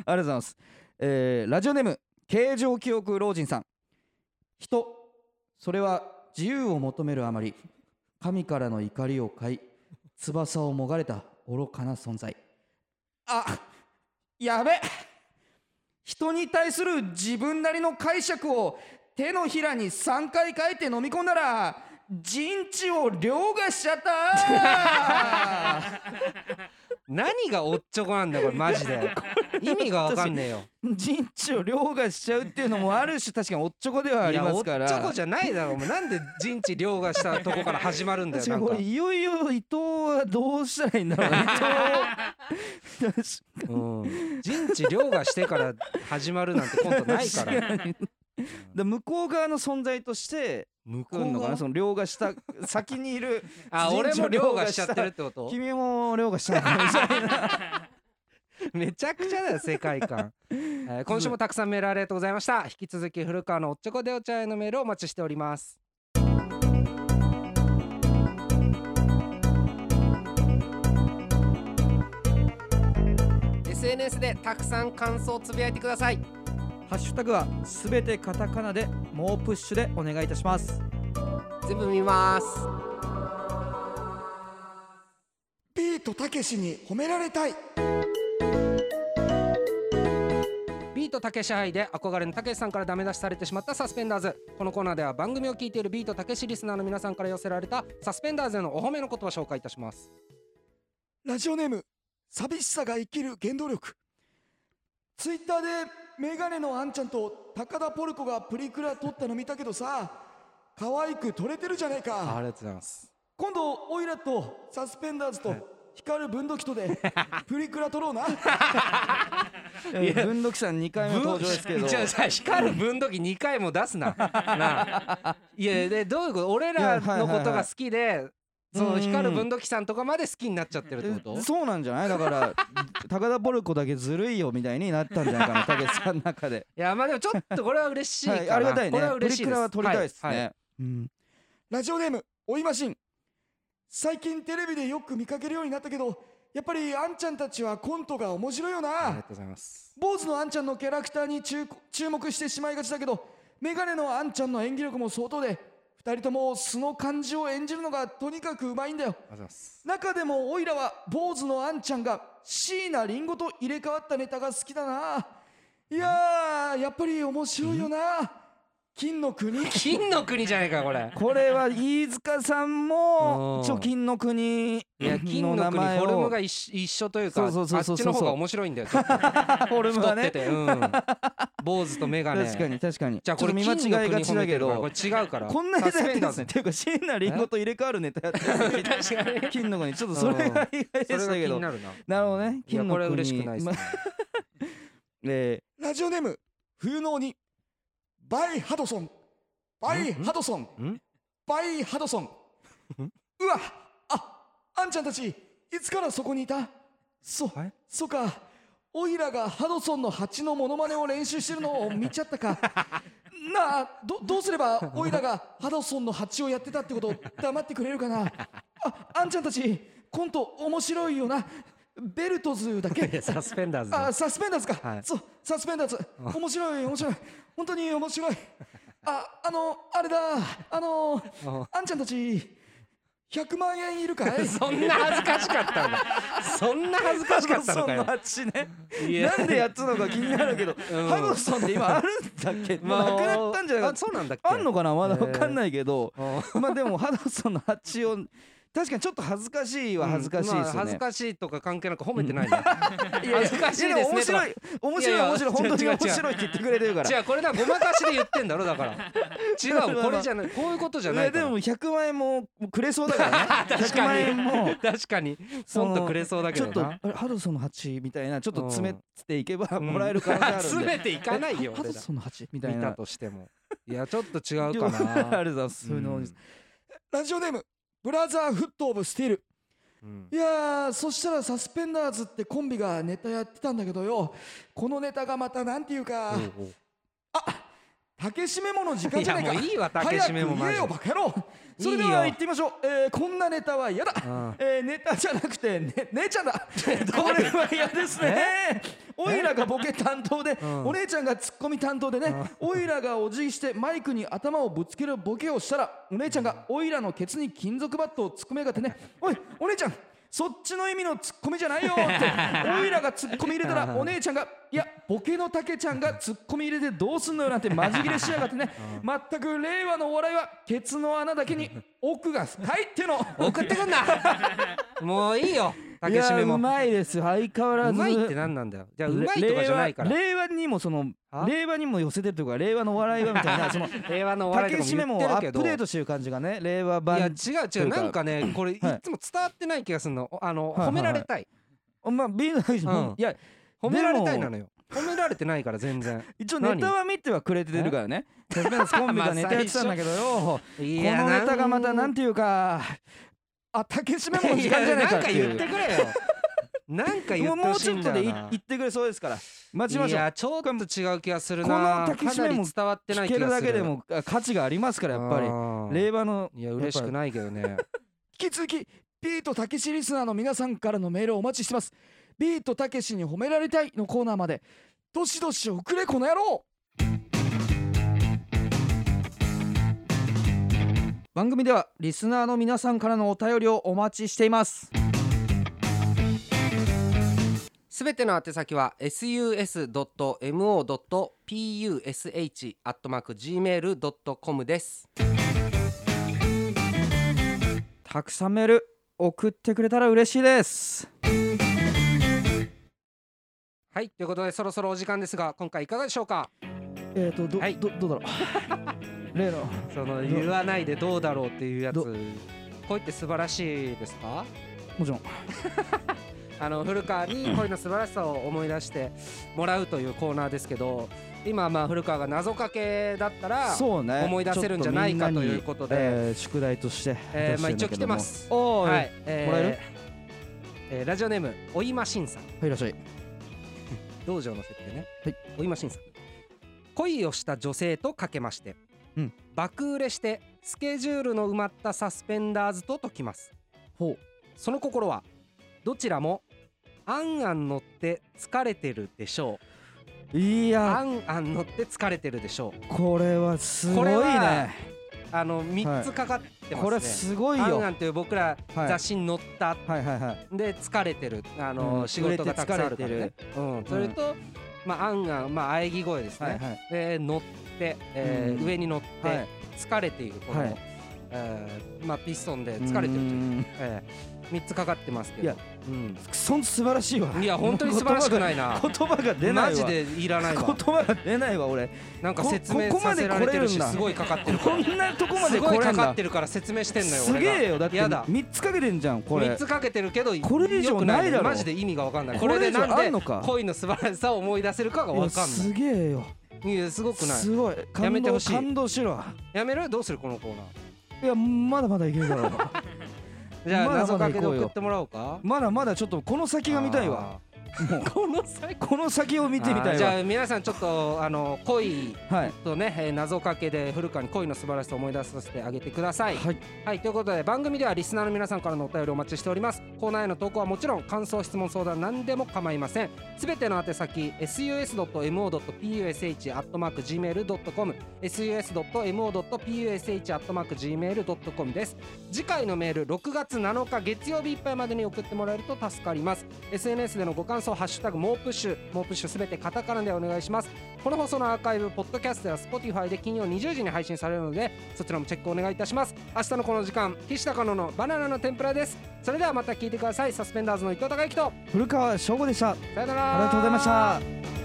Speaker 2: とうございます。えーラジオネーム形状記憶老人さん。人それは自由を求めるあまり神からの怒りを買い翼をもがれた愚かな存在。あやべ人に対する自分なりの解釈を手のひらに3回書いて飲み込んだら人知を凌駕しちゃった
Speaker 1: 何がおっちょこなんだよこれマジで意味がわかんねえよ
Speaker 2: 人知を凌駕しちゃうっていうのもあるし確かにおっちょこではありますから
Speaker 1: いやおっちょこじゃないだろお前なんで陣地凌駕したとこから始まる [laughs] んだよ
Speaker 2: 確
Speaker 1: な
Speaker 2: か
Speaker 1: ん
Speaker 2: にこ
Speaker 1: か
Speaker 2: れいよいよ伊藤はどうしたらいいんだろうな伊藤を
Speaker 1: うん陣地凌駕してから始まるなんてコントない [laughs] か
Speaker 2: 確
Speaker 1: ら
Speaker 2: かにで向こう側の存在として
Speaker 1: 向
Speaker 2: 来るのかなその凌駕した先にい [laughs] る
Speaker 1: あ俺も凌駕しちゃってるってこと
Speaker 2: [laughs] 君も凌駕したのかみたいな
Speaker 1: [laughs] めちゃくちゃだよ世界観、え [laughs] ー今週もたくさんメールありがとうございました引き続き古川のおっちょこでお茶へのメールをお待ちしておりますでたくさん感想をつぶやいてください
Speaker 2: ハッシュタグはすべてカタカナで猛プッシュでお願いいたします
Speaker 1: 全部見ます
Speaker 3: ビートたけしに褒められたい
Speaker 1: ビートたけし杯で憧れのたけしさんからダメ出しされてしまったサスペンダーズこのコーナーでは番組を聞いているビートたけしリスナーの皆さんから寄せられたサスペンダーズへのお褒めの言葉を紹介いたします
Speaker 3: ラジオネーム寂しさが生きる原動力ツイッターでメガネのあんちゃんと高田ポルコがプリクラ撮ったの見たけどさ可愛く撮れてるじゃねえか
Speaker 1: りがとうございます
Speaker 3: 今度オイラとサスペンダーズと光る分度器と [laughs] でプリクラ撮ろうな
Speaker 2: えー文読さん2回目の登場ですけど
Speaker 1: じゃあ光る分度器2回も出すななあいやでどういうこと俺らのことが好きでその光る分度器さんとかまで好きになっちゃってるってこと
Speaker 2: えそうなんじゃないだから高田ポルコだけずるいよみたいになったんじゃないかなたけしさんの中で、
Speaker 1: いやまあでもちょっとこれは嬉しいか
Speaker 2: は
Speaker 1: な、
Speaker 2: い、ありがたい
Speaker 1: こ
Speaker 2: ね
Speaker 1: れは嬉しいです
Speaker 2: プリクラは撮りたいですね、
Speaker 1: はは
Speaker 2: うん、
Speaker 3: ラジオネーム追いマシン最近テレビでよく見かけるようになったけどやっぱりあんちゃんたちはコントが面白いよ
Speaker 1: あり
Speaker 3: な
Speaker 1: がとうございます
Speaker 3: 坊主のあんちゃんのキャラクターに注注目してしまいがちだけどメガネのあんちゃんの演技力も相当で2人とも素の感じを演じるのがとにかくうまいんだよ
Speaker 1: ありがとうございます
Speaker 3: 中でもオイラは坊主のあんちゃんが椎名林檎と入れ替わったネタが好きだないやーやっぱり面白いよな金の国
Speaker 1: 金の国じゃないかこ
Speaker 2: [laughs]
Speaker 1: れ
Speaker 2: これは飯塚さんも
Speaker 1: うん
Speaker 2: 貯金の国
Speaker 1: いや金の
Speaker 2: の名
Speaker 1: 国フ
Speaker 2: 前
Speaker 1: ォルム
Speaker 2: を
Speaker 1: が一緒一緒というかあっち
Speaker 2: そうそうそうそうそ
Speaker 1: の
Speaker 2: う
Speaker 1: 方が面白いんだよちょっと
Speaker 2: フォルム
Speaker 1: 太
Speaker 2: が
Speaker 1: って
Speaker 2: ね
Speaker 1: てうん坊主とメガネ
Speaker 2: 確かに確かに
Speaker 1: じゃあこれ
Speaker 2: ちょっ
Speaker 1: 金
Speaker 2: と
Speaker 1: の国
Speaker 2: 見間違いがちだけ
Speaker 1: 褒め
Speaker 2: ど
Speaker 1: てるからこれ違うから
Speaker 2: こんなネタやってるんで
Speaker 1: サ
Speaker 2: す
Speaker 1: スペ
Speaker 2: ね
Speaker 1: ン
Speaker 2: っていうか椎名林檎と入れ替わるネタやってるん
Speaker 1: ダ
Speaker 2: で
Speaker 1: ーズ確かに
Speaker 2: す金の国ちょっとそれが意外
Speaker 1: そ
Speaker 2: で
Speaker 1: れ
Speaker 2: し
Speaker 1: が
Speaker 2: た
Speaker 1: 気
Speaker 2: け
Speaker 1: に
Speaker 2: ど
Speaker 1: なるな
Speaker 2: なるほどね
Speaker 1: いや
Speaker 2: 金
Speaker 1: こ
Speaker 2: の国
Speaker 1: れは嬉しくないです
Speaker 2: ま
Speaker 1: ね
Speaker 2: あ [laughs] え
Speaker 3: ラジオネーム風能にバイハドソンバイハドソン
Speaker 1: ん
Speaker 3: バイハドソンうわああんちゃんたちいつからそこにいたそ
Speaker 1: はい
Speaker 3: そっかオイラがハドソンの蜂のモノマネを練習してるのを見ちゃっ
Speaker 1: [laughs]
Speaker 3: たかなあどどうすればオイラがハドソンの蜂をやってたってこと黙ってくれるかなああんちゃんたちコント面白いよなベルトズだけ
Speaker 1: いやサスペンダーズ
Speaker 3: あ
Speaker 1: だ
Speaker 3: サスペンダーズか、
Speaker 1: はい
Speaker 3: そうサスペンダーズ面白い面白い本当に面白いああのあれだあのあんちゃんたち100万円いるか [laughs] い
Speaker 1: そんな恥ずかしかったのかそんな恥ず
Speaker 2: [laughs]
Speaker 1: かしかったのかよ
Speaker 2: ハドソンの蜂
Speaker 1: い
Speaker 2: ね
Speaker 1: や
Speaker 2: なんでやったのか気になるけど、
Speaker 1: ん
Speaker 2: ハドソンって今あるんだっけ、
Speaker 1: まあ
Speaker 2: もうなくなったんじゃない
Speaker 1: あそうなんだっけ
Speaker 2: あんのかなまだわかんないけど、
Speaker 1: うん
Speaker 2: まあでもハドソンの蜂を確かにちょっと恥ずかしいは恥ずかしい
Speaker 1: ま
Speaker 2: で
Speaker 1: あ
Speaker 2: すよ
Speaker 1: 恥ず
Speaker 2: ね。
Speaker 1: かしいとか関係なく褒めてないね恥ずか [laughs] しいですねとか
Speaker 2: やでも
Speaker 1: いやい
Speaker 2: 面白い面白
Speaker 1: や
Speaker 2: い面白い本当に
Speaker 1: 違う違う
Speaker 2: 面白いって言ってくれてるから。
Speaker 1: じゃあこれだごまかしで言ってんだろだ
Speaker 2: [laughs]
Speaker 1: から違うこれじゃないこういうことじゃない
Speaker 2: や
Speaker 1: か
Speaker 2: で
Speaker 1: ら
Speaker 2: も100万円もくれそうだからね
Speaker 1: [laughs] 確
Speaker 2: 100
Speaker 1: か
Speaker 2: 万
Speaker 1: に
Speaker 2: 円も
Speaker 1: 確かに
Speaker 2: そ
Speaker 1: ポ
Speaker 2: の
Speaker 1: ンとくれそうだけ
Speaker 2: ち
Speaker 1: ど
Speaker 2: ょっと
Speaker 1: な
Speaker 2: あれハドソンの蜂みたいなちょっと詰
Speaker 1: う
Speaker 2: め
Speaker 1: ん
Speaker 2: ていけばもらえる可能性あるんで
Speaker 1: 詰めていかないよ
Speaker 2: ハ
Speaker 1: 俺
Speaker 2: ド
Speaker 1: ら
Speaker 2: ソンの蜂みたい
Speaker 1: 見た
Speaker 2: な
Speaker 1: としてもいやちょっと違う
Speaker 2: 量
Speaker 1: か
Speaker 2: があ
Speaker 1: な
Speaker 2: るぞ [laughs] そういうの
Speaker 1: うん
Speaker 3: ラジオネームブラザーフット・オブ・スティール
Speaker 1: うん
Speaker 3: いやーそしたらサスペンダーズってコンビがネタやってたんだけどよこのネタがまたなんていうか
Speaker 1: おうおう
Speaker 3: 竹締めもの時間じゃないか
Speaker 1: いやもういいわ竹
Speaker 3: 早
Speaker 1: 締
Speaker 3: く
Speaker 1: めも
Speaker 3: 言えよ
Speaker 1: マ
Speaker 3: バカ野郎それではい
Speaker 1: いよ
Speaker 3: 行ってみましょうえーこんなネタは嫌だ
Speaker 1: ん
Speaker 3: えーネタじゃなくてね姉ちゃん [laughs] だこれは嫌ですねおいらがボケ担当で
Speaker 1: ん
Speaker 3: お姉ちゃんがツッコミ担当でねおいらがお辞儀してマイクに頭をぶつけるボケをしたらお姉ちゃんがおいらのケツに金属バットを突っ込めがってねおいお姉ちゃんそっちの意味のツッコミじゃないよっておいらがツッコミ入れたらお姉ちゃんがいやボケのたけちゃんがツッコミ入れてどうすんのよなんてマジ切れしやがってね全く令和のお笑いはケツの穴だけに奥が深いっての
Speaker 1: 送ってくんなもういいよ
Speaker 2: い
Speaker 1: 竹
Speaker 2: や
Speaker 1: 締めも
Speaker 2: うまいです相変わら
Speaker 1: う
Speaker 2: ず
Speaker 1: まいって何なんだよじゃあうまいとかじゃないから
Speaker 2: 令和令和にもその
Speaker 1: あ
Speaker 2: 令和にも寄せてるというか令和のお笑いはみた
Speaker 1: [laughs]
Speaker 2: いなその
Speaker 1: 令和のお笑い
Speaker 2: 竹
Speaker 1: とかも
Speaker 2: 締
Speaker 1: 言っ
Speaker 2: めも
Speaker 1: て
Speaker 2: ア
Speaker 1: る
Speaker 2: ッ
Speaker 1: け
Speaker 2: プ
Speaker 1: ど
Speaker 2: デートしてる感じがね令和
Speaker 1: いや
Speaker 2: 版
Speaker 1: 違う違
Speaker 2: と
Speaker 1: う
Speaker 2: いうか
Speaker 1: なんかねこれいつ
Speaker 2: はい
Speaker 1: も伝わってない気がするのおあの
Speaker 2: はいはいはい
Speaker 1: 褒められたい
Speaker 2: まあビール
Speaker 1: うん
Speaker 2: いや
Speaker 1: 褒められたい
Speaker 2: でも
Speaker 1: なのよ褒められてないから全
Speaker 2: [laughs]
Speaker 1: 然
Speaker 2: 一応ネタは見てはくれてるからね
Speaker 1: [laughs]
Speaker 2: 竹内コンビがネタやってたんだけどよこ
Speaker 1: い
Speaker 2: の
Speaker 1: や
Speaker 2: ネタがまたなん
Speaker 1: て
Speaker 2: ていうかあ竹締めも時間じゃないかって
Speaker 1: ん
Speaker 2: い
Speaker 1: か言って
Speaker 2: う
Speaker 1: くれよなんか言
Speaker 2: も
Speaker 1: っ
Speaker 2: う
Speaker 1: て
Speaker 2: も
Speaker 1: ほ
Speaker 2: う
Speaker 1: し
Speaker 2: ち
Speaker 1: い
Speaker 2: ょ
Speaker 1: ん
Speaker 2: っ
Speaker 1: だ
Speaker 2: と
Speaker 1: よな
Speaker 2: でい言ってくれそうですから待ちまし
Speaker 1: いう
Speaker 2: ょ
Speaker 1: やちょっと違う気がするな
Speaker 2: この竹締め
Speaker 1: か
Speaker 2: も
Speaker 1: なり伝わってない
Speaker 2: 聞
Speaker 1: 気
Speaker 2: け
Speaker 1: がする
Speaker 2: るだけでもあ価値がありますからやっぱり令
Speaker 1: り
Speaker 2: 和の
Speaker 1: いや嬉しくないけどね
Speaker 3: 引き続きビートたけしリスナーの皆さんからのメールをお待ちしてますビートたけしに褒められたいのコーナーまでどしどし送れこの野郎
Speaker 2: 番組ではリスナーの皆さんからのお便りをお待ちしています
Speaker 1: すべての宛先は sus.mo.push.gmail.com です
Speaker 2: たくさんメール送ってくれたら嬉しいです
Speaker 1: はいということでそろそろお時間ですが今回いかがでしょうか
Speaker 3: えっ、ー、とど,、
Speaker 1: はい
Speaker 3: どどうだろ
Speaker 1: [laughs]
Speaker 3: う例の
Speaker 1: その
Speaker 3: 言
Speaker 1: わないでどうだろうっていうや
Speaker 3: つ
Speaker 1: 恋って素晴らしいですか
Speaker 3: もちろん
Speaker 1: あの古川
Speaker 2: [laughs]
Speaker 1: に恋の素晴らしさを思い出してもらうというコーナーですけど今まあ古川が謎かけだったら
Speaker 2: そうね
Speaker 1: 思い出せるんじゃないかということで
Speaker 2: ちょっみんなにえー宿題として
Speaker 1: えーまあ一
Speaker 2: 出して
Speaker 1: 応
Speaker 2: んだけ
Speaker 1: 来
Speaker 2: ど
Speaker 1: て
Speaker 2: も
Speaker 1: ます
Speaker 2: おー
Speaker 1: はいい、え
Speaker 2: もらえる
Speaker 1: えーラジオネームおいましんさん
Speaker 3: はいいらっしゃい
Speaker 1: 道場の設定ね、
Speaker 3: はい、
Speaker 1: おいましんさん恋をした女性とかけまして、
Speaker 2: うん
Speaker 1: 爆売れしてスケジュールの埋まったサスペンダーズと解きます
Speaker 3: ほう
Speaker 1: その心はどちらもあんあん乗って疲れてるでしょう
Speaker 2: いや
Speaker 1: あんあん乗って疲れてるでしょう
Speaker 2: これはす
Speaker 1: こ
Speaker 2: ごい
Speaker 1: れは
Speaker 2: ね
Speaker 1: あの3つかかってますね、
Speaker 2: これすごい
Speaker 1: あん
Speaker 2: よ
Speaker 1: あ
Speaker 2: は
Speaker 1: んという僕ら
Speaker 2: はい
Speaker 1: 雑誌に載った
Speaker 2: いはいはい
Speaker 1: で疲れてるあの、
Speaker 2: うん
Speaker 1: 仕事がたくさんあるから
Speaker 2: 売
Speaker 1: ね
Speaker 2: れ、
Speaker 1: うん、それと、まああんがまあ喘ぎ声ですね、
Speaker 2: はいはい
Speaker 1: で乗って、えー
Speaker 2: うん
Speaker 1: 上に乗って、
Speaker 2: はい
Speaker 1: 疲れているこの、
Speaker 2: はい
Speaker 1: えーまあピストンで疲れてるとい
Speaker 2: う
Speaker 1: う、
Speaker 2: ん
Speaker 1: えー、3つかかってますけど
Speaker 2: いやくそん素晴らしいわ
Speaker 1: うん、いや本当に素晴らしくないな
Speaker 2: 言葉が出ないわ
Speaker 1: マジでいらない
Speaker 2: 言
Speaker 1: わ
Speaker 2: 葉が出ないわ俺
Speaker 1: なんか
Speaker 2: こ
Speaker 1: 説明させられてるし
Speaker 2: ここまで来れるんだ
Speaker 1: すごいかかってるか
Speaker 2: こ
Speaker 1: ら
Speaker 2: んなとこますで
Speaker 1: ごい
Speaker 2: 来れ
Speaker 1: か
Speaker 2: ん
Speaker 1: かっ
Speaker 2: だ
Speaker 1: てるから説明してんのよ
Speaker 2: す
Speaker 1: 俺が
Speaker 2: げえよだって
Speaker 1: やだ
Speaker 2: 3つかけてんじゃんこ
Speaker 1: 3
Speaker 2: れ
Speaker 1: つかけてるけど
Speaker 2: これ以上
Speaker 1: 良くの
Speaker 2: ないだろ
Speaker 1: マジで意味が分かんないこ
Speaker 2: こ
Speaker 1: れ
Speaker 2: れ
Speaker 1: で
Speaker 2: 以上
Speaker 1: なん
Speaker 2: あんの
Speaker 1: で
Speaker 2: か
Speaker 1: 恋の素晴らしさを思い出せるかが
Speaker 2: いや
Speaker 1: 分かんない
Speaker 2: すげえよ
Speaker 1: いやすごくない
Speaker 2: すごい感動
Speaker 1: やめてほしい
Speaker 2: 感動しろ
Speaker 1: やめるどうするこのコーナー
Speaker 2: いやまだまだいけるだろう
Speaker 1: じゃあ
Speaker 2: まだ
Speaker 1: 謎
Speaker 2: まだ
Speaker 1: かけで
Speaker 2: 行こうよ
Speaker 1: 送ってもらおうか
Speaker 2: [laughs] まだまだちょっとこの先が見たいわもう
Speaker 1: あーこの際
Speaker 2: この [laughs] 先を見てみた
Speaker 1: あー
Speaker 2: い
Speaker 1: じゃ
Speaker 2: わ
Speaker 1: あ皆さんちょっとあの恋
Speaker 2: はい
Speaker 1: とねえー謎かけで古川に恋の素晴らしさを思い出させてあげてください
Speaker 2: はい
Speaker 1: はいということで番組ではリスナーの皆さんからのお便りをお待ちしておりますコーナーへの投稿はもちろん感想質問相談何でも構いませんすべての宛先 sus.mo.push.gmail.com sus.mo.push.gmail.com です次回のメール6月7日月曜日いっぱいまでに送ってもらえると助かります SNS でのご感想「ハッシュタグもうプッシュ」もうプッシュすべてカタカナでお願いしますこの放送のアーカイブポッドキャストや Spotify で金曜20時に配信されるのでそちらもチェックお願いいたします明日のこの時間岸高野のバナナの天ぷらですそれではまた聞いてくださいサスペンダーズの伊藤孝之と
Speaker 2: 古川翔吾でしたあ
Speaker 1: さよなら
Speaker 2: りがとうございました